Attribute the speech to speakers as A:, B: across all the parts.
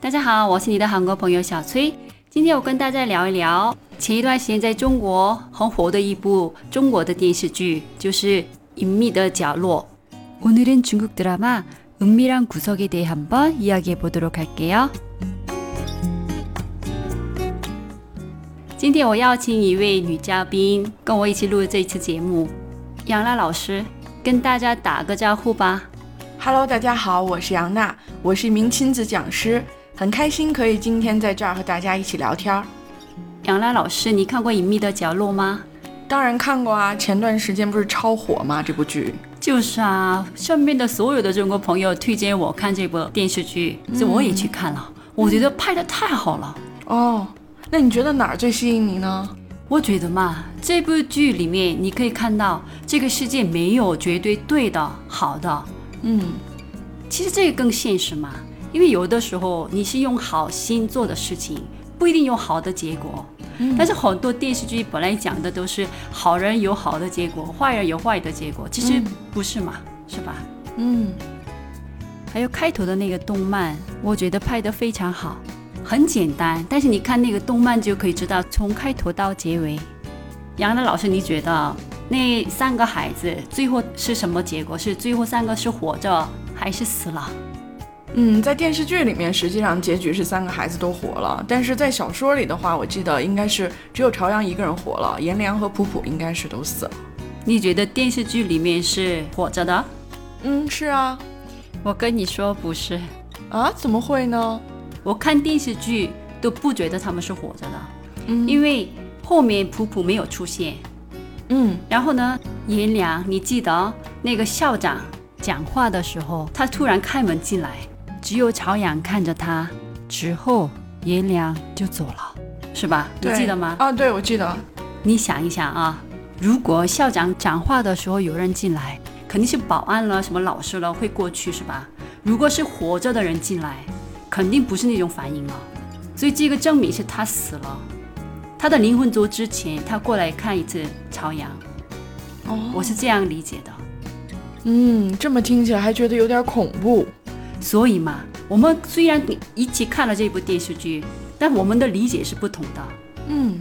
A: 大家好，我是你的韩国朋友小崔。今天我跟大家聊一聊前一段时间在中国很火的一部中国的电视剧，就是《隐秘的角落》。오늘은중국드라마은밀한구석에대해한번이야기해보도록할게요。今天我邀请一位女嘉宾跟我一起录这一期节目，杨澜老师，跟大家打个招呼吧。
B: Hello，大家好，我是杨娜，我是一名亲子讲师，很开心可以今天在这儿和大家一起聊天儿。
A: 杨澜老师，你看过《隐秘的角落》吗？
B: 当然看过啊，前段时间不是超火吗？这部剧，
A: 就是啊，身边的所有的中国朋友推荐我看这部电视剧，所以我也去看了。我觉得拍的太好了。
B: 哦，那你觉得哪儿最吸引你呢？
A: 我觉得嘛，这部剧里面你可以看到，这个世界没有绝对对的、好的。
B: 嗯，
A: 其实这个更现实嘛，因为有的时候你是用好心做的事情，不一定有好的结果。但是很多电视剧本来讲的都是好人有好的结果，坏人有坏的结果，其实
B: 嗯
A: 不是嘛，是吧？
B: 嗯，
A: 还有开头的那个动漫，我觉得拍得非常好，很简单，但是你看那个动漫就可以知道从开头到结尾。杨澜老师，你觉得那三个孩子最后是什么结果？是最后三个是活着还是死了？
B: 嗯，在电视剧里面，实际上结局是三个孩子都活了，但是在小说里的话，我记得应该是只有朝阳一个人活了，颜良和普普应该是都死了。
A: 你觉得电视剧里面是活着的？
B: 嗯，是啊，
A: 我跟你说不是，
B: 啊，怎么会呢？
A: 我看电视剧都不觉得他们是活着的，
B: 嗯
A: 因为后面普普没有出现，
B: 嗯
A: 然后呢，颜良，你记得哦那个校长讲话的时候，他突然开门进来，只有朝阳看着他，之后颜良就走了，是吧？你
B: 对
A: 记得吗？
B: 啊，对，我记得。
A: 你想一想啊，如果校长讲话的时候有人进来，肯定是保安了、什么老师了会过去，是吧？如果是活着的人进来，肯定不是那种反应了，所以这个证明是他死了。他的灵魂走之前，他过来看一次朝阳，
B: 哦
A: 我是这样理解的。
B: 嗯，这么听起来还觉得有点恐怖。
A: 所以嘛，我们虽然一起看了这部电视剧，但我们的理解是不同的。
B: 嗯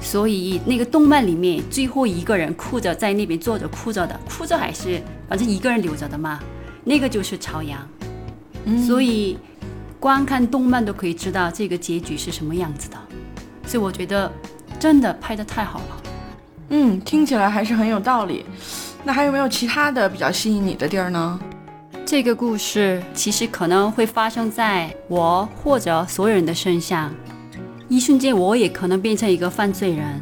A: 所以那个动漫里面最后一个人哭着在那边坐着哭着的，哭着还是反正一个人留着的嘛，那个就是朝阳。
B: 嗯
A: 所以光看动漫都可以知道这个结局是什么样子的，所以我觉得真的拍得太好了。
B: 嗯，听起来还是很有道理。那还有没有其他的比较吸引你的地儿呢？
A: 这个故事其实可能会发生在我或者所有人的身上，一瞬间我也可能变成一个犯罪人。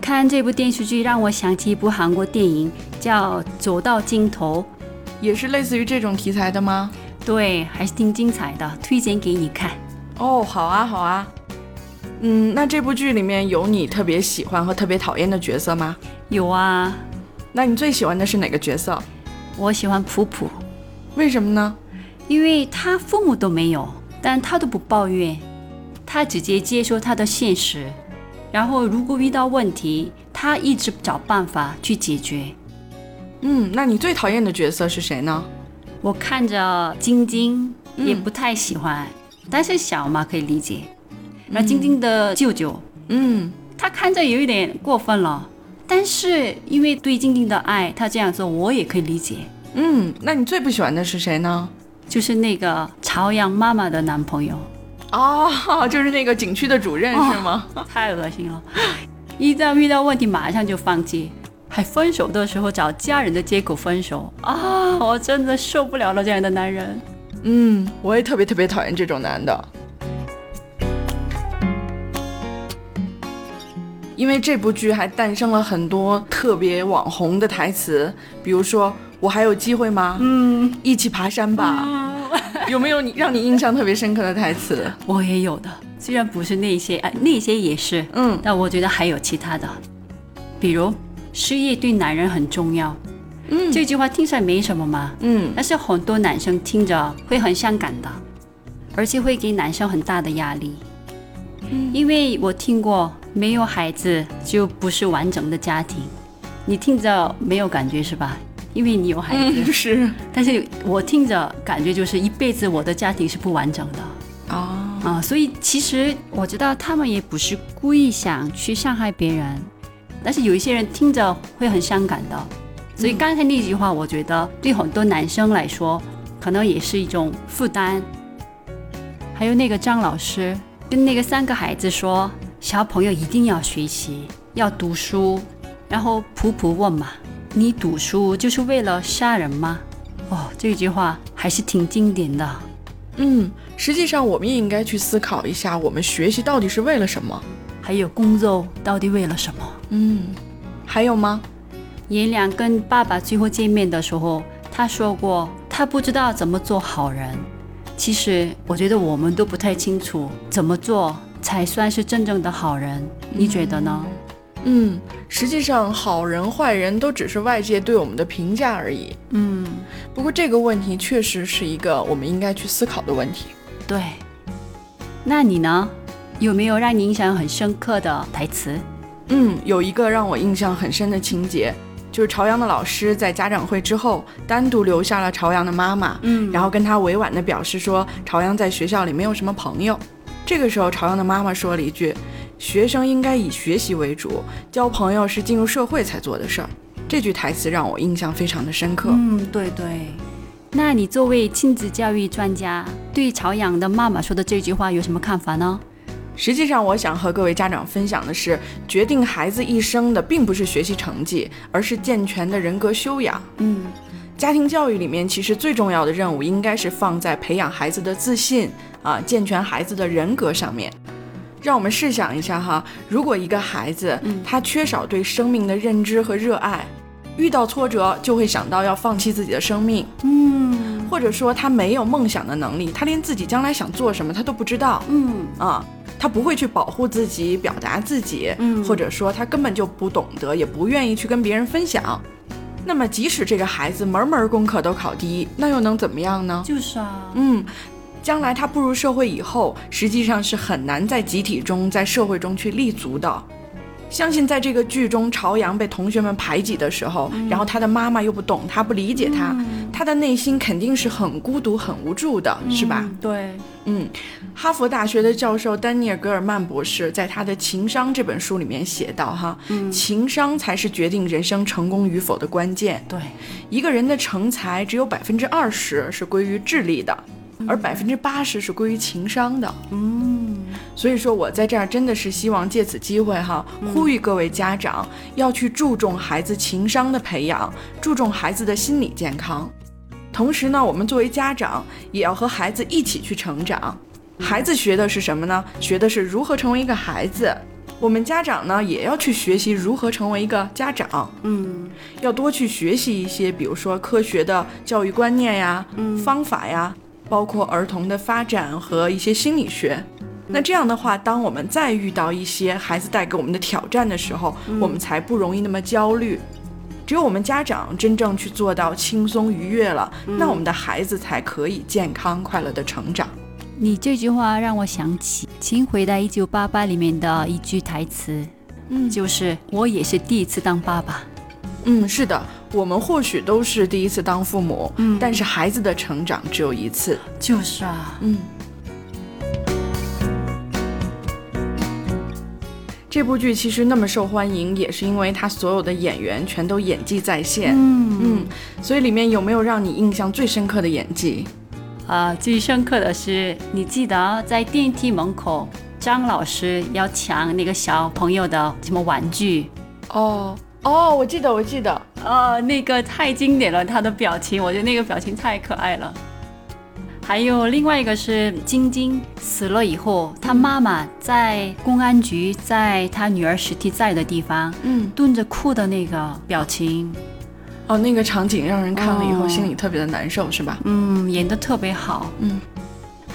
A: 看这部电视剧让我想起一部韩国电影，叫《走到尽头
B: 也是类似于这种题材的吗？》，
A: 对，还是挺精彩的，推荐给你看。
B: 哦，好啊，好啊。嗯，那这部剧里面有你特别喜欢和特别讨厌的角色吗？
A: 有啊，
B: 那你最喜欢的是哪个角色？
A: 我喜欢普普，
B: 为什么呢？
A: 因为他父母都没有，但他都不抱怨，他直接接受他的现实，然后如果遇到问题，他一直找办法去解决。
B: 嗯，那你最讨厌的角色是谁呢？
A: 我看着晶晶
B: 嗯
A: 也不太喜欢，但是小嘛可以理解。然后晶晶的舅舅，
B: 嗯
A: 他看着有一点过分了，但是因为对晶晶的爱，他这样做我也可以理解。
B: 嗯，那你最不喜欢的是谁呢？
A: 就是那个朝阳妈妈的男朋友，
B: 哦，就是那个景区的主任是吗？
A: 太恶心了！一旦遇到问题，马上就放弃，还分手的时候找家人的借口分手啊！我真的受不了了，这样的男人。
B: 嗯，我也特别特别讨厌这种男的。因为这部剧还诞生了很多特别网红的台词，比如说“我还有机会吗？”嗯，一起爬山吧。有没有你让你印象特别深刻的台词？
A: 我也有的，虽然不是那些，哎，那些也是，
B: 嗯，
A: 但我觉得还有其他的，比如事业对男人很重要。
B: 嗯
A: 这句话听起来没什么嘛，
B: 嗯
A: 但是很多男生听着会很伤感的，而且会给男生很大的压力。
B: 嗯
A: 因为我听过，没有孩子就不是完整的家庭。你听着没有感觉是吧？因为你有孩子，
B: 嗯是
A: 但是我听着感觉就是一辈子我的家庭是不完整的。
B: 啊、
A: 所以其实我知道他们也不是故意想去伤害别人，但是有一些人听着会很伤感的。所以刚才那句话，我觉得对很多男生来说，可能也是一种负担。还有那个张老师跟那个三个孩子说，小朋友一定要学习，要读书。然后普普问嘛，你读书就是为了杀人吗？哦，这句话还是挺经典的。
B: 嗯，实际上我们也应该去思考一下，我们学习到底是为了什么？
A: 还有工作到底为了什么？
B: 嗯，还有吗？
A: 爷俩跟爸爸最后见面的时候，他说过他不知道怎么做好人。其实我觉得我们都不太清楚怎么做才算是真正的好人，你觉得呢？
B: 嗯，实际上好人坏人都只是外界对我们的评价而已。
A: 嗯，
B: 不过这个问题确实是一个我们应该去思考的问题。
A: 对。那你呢？有没有让你印象很深刻的台词？
B: 嗯，有一个让我印象很深的情节，就是朝阳的老师在家长会之后单独留下了朝阳的妈妈，
A: 嗯
B: 然后跟他委婉地表示说朝阳在学校里没有什么朋友。这个时候，朝阳的妈妈说了一句：“学生应该以学习为主，交朋友是进入社会才做的事儿。”这句台词让我印象非常的深刻。
A: 嗯，对对。那你作为亲子教育专家，对朝阳的妈妈说的这句话有什么看法呢？
B: 实际上，我想和各位家长分享的是，决定孩子一生的并不是学习成绩，而是健全的人格修养。
A: 嗯，
B: 家庭教育里面，其实最重要的任务应该是放在培养孩子的自信啊，健全孩子的人格上面。让我们试想一下哈，如果一个孩子
A: 嗯
B: 他缺少对生命的认知和热爱，遇到挫折就会想到要放弃自己的生命，
A: 嗯
B: 或者说他没有梦想的能力，他连自己将来想做什么他都不知道
A: 嗯
B: 啊，他不会去保护自己、表达自己，
A: 嗯
B: 或者说他根本就不懂得，也不愿意去跟别人分享。那么，即使这个孩子门门功课都考第一，那又能怎么样呢？
A: 就是啊，
B: 嗯，将来他步入社会以后，实际上是很难在集体中、在社会中去立足的。相信在这个剧中，朝阳被同学们排挤的时候，
A: 嗯
B: 然后他的妈妈又不懂他、不理解他，他的内心肯定是很孤独、很无助的，是吧？
A: 嗯？对，
B: 嗯，哈佛大学的教授丹尼尔·戈尔曼博士在他的《情商》这本书里面写到，哈，情商才是决定人生成功与否的关键。
A: 对，
B: 一个人的成才，只有百分之二十是归于智力的，而百分之八十是归于情商的。
A: 嗯，
B: 所以说我在这儿真的是希望借此机会哈，呼吁各位家长要去注重孩子情商的培养，注重孩子的心理健康。同时呢，我们作为家长也要和孩子一起去成长。孩子学的是什么呢？学的是如何成为一个孩子。我们家长呢，也要去学习如何成为一个家长。
A: 嗯，
B: 要多去学习一些，比如说科学的教育观念呀、方法呀，包括儿童的发展和一些心理学。那这样的话，当我们再遇到一些孩子带给我们的挑战的时候，我们才不容易那么焦虑。只有我们家长真正去做到轻松愉悦了，那我们的孩子才可以健康快乐的成长。
A: 你这句话让我想起《请回答一九八八》里面的一句台词，
B: 嗯
A: 就是我也是第一次当爸爸。
B: 嗯，是的，我们或许都是第一次当父母，但是孩子的成长只有一次。
A: 就是啊，
B: 嗯，这部剧其实那么受欢迎，也是因为它所有的演员全都演技在线。嗯所以里面有没有让你印象最深刻的演技？
A: 啊，最深刻的是，你记得在电梯门口，张老师要抢那个小朋友的什么玩具？
B: 哦哦，我记得，我记得。
A: 呃，那个太经典了，他的表情，我觉得那个表情太可爱了。还有另外一个是晶晶死了以后，她妈妈在公安局，在她女儿尸体在的地方
B: 嗯，
A: 蹲着哭的那个表情，
B: 哦，那个场景让人看了以后
A: 哦
B: 心里特别的难受，是吧？
A: 嗯，演得特别好。
B: 嗯，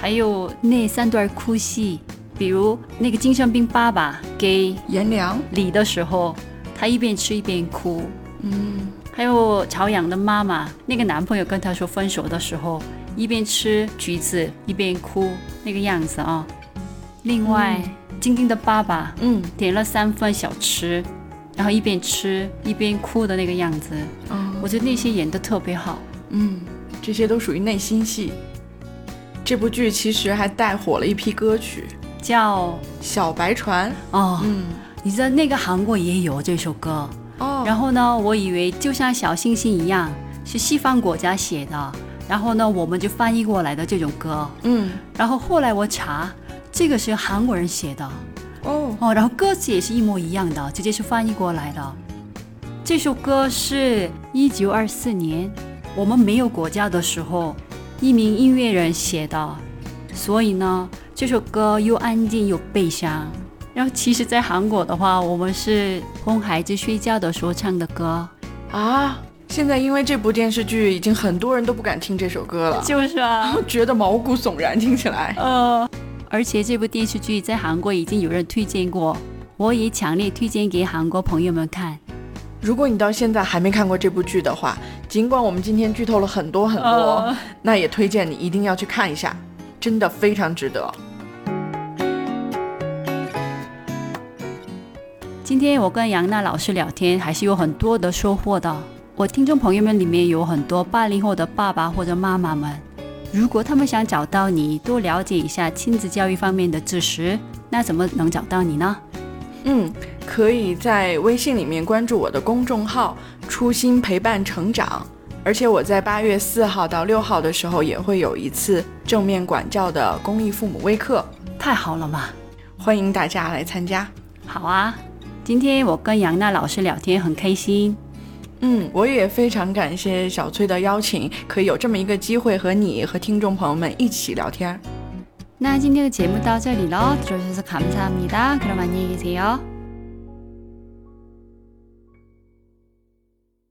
A: 还有那三段哭戏，比如那个精神病爸爸给
B: 颜良，
A: 理的时候，他一边吃一边哭。
B: 嗯
A: 还有朝阳的妈妈，那个男朋友跟她说分手的时候，一边吃橘子一边哭那个样子啊、另外，晶晶的爸爸
B: 嗯
A: 点了三份小吃，然后一边吃一边哭的那个样子，
B: 哦
A: 我觉得那些演得特别好。
B: 嗯，这些都属于内心戏。这部剧其实还带火了一批歌曲，
A: 叫
B: 《小白船》。
A: 哦，
B: 嗯，
A: 你知道那个韩国也有这首歌，
B: 哦，
A: 然后呢，我以为就像小星星一样是西方国家写的，然后呢，我们就翻译过来的这种歌。
B: 嗯，
A: 然后后来我查，这个是韩国人写的
B: 哦，
A: 哦，然后歌词也是一模一样的，直接是翻译过来的。这首歌是一九二四年我们没有国家的时候，一名音乐人写的，所以呢，这首歌又安静又悲伤。然后其实，在韩国的话，我们是哄孩子睡觉的时候唱的歌，
B: 啊，现在因为这部电视剧，已经很多人都不敢听这首歌 了，
A: 就是啊，
B: 觉得毛骨悚然，听起来。
A: 呃，而且这部电视剧在韩国已经有人推荐过，我也强烈推荐给韩国朋友们看。
B: 如果你到现在还没看过这部剧的话，尽管我们今天剧透了很多很多，
A: 呃
B: 那也推荐你一定要去看一下，真的非常值得。
A: 今天我跟杨娜老师聊天，还是有很多的收获的。我听众朋友们里面有很多八零后的爸爸或者妈妈们，如果他们想找到你，多了解一下亲子教育方面的知识，那怎么能找到你呢？
B: 嗯，可以在微信里面关注我的公众号“初心陪伴成长”，而且我在八月四号到六号的时候也会有一次正面管教的公益父母微课，
A: 太好了嘛！
B: 欢迎大家来参加。
A: 好啊，今天我跟杨娜老师聊天很开心。
B: 嗯，我也非常感谢小崔的邀请，可以有这么一个机会和你和听众朋友们一起聊天儿。
A: 그 那今天的节目到这里喽，들어주셔서감사합니다。그럼안녕히계세요。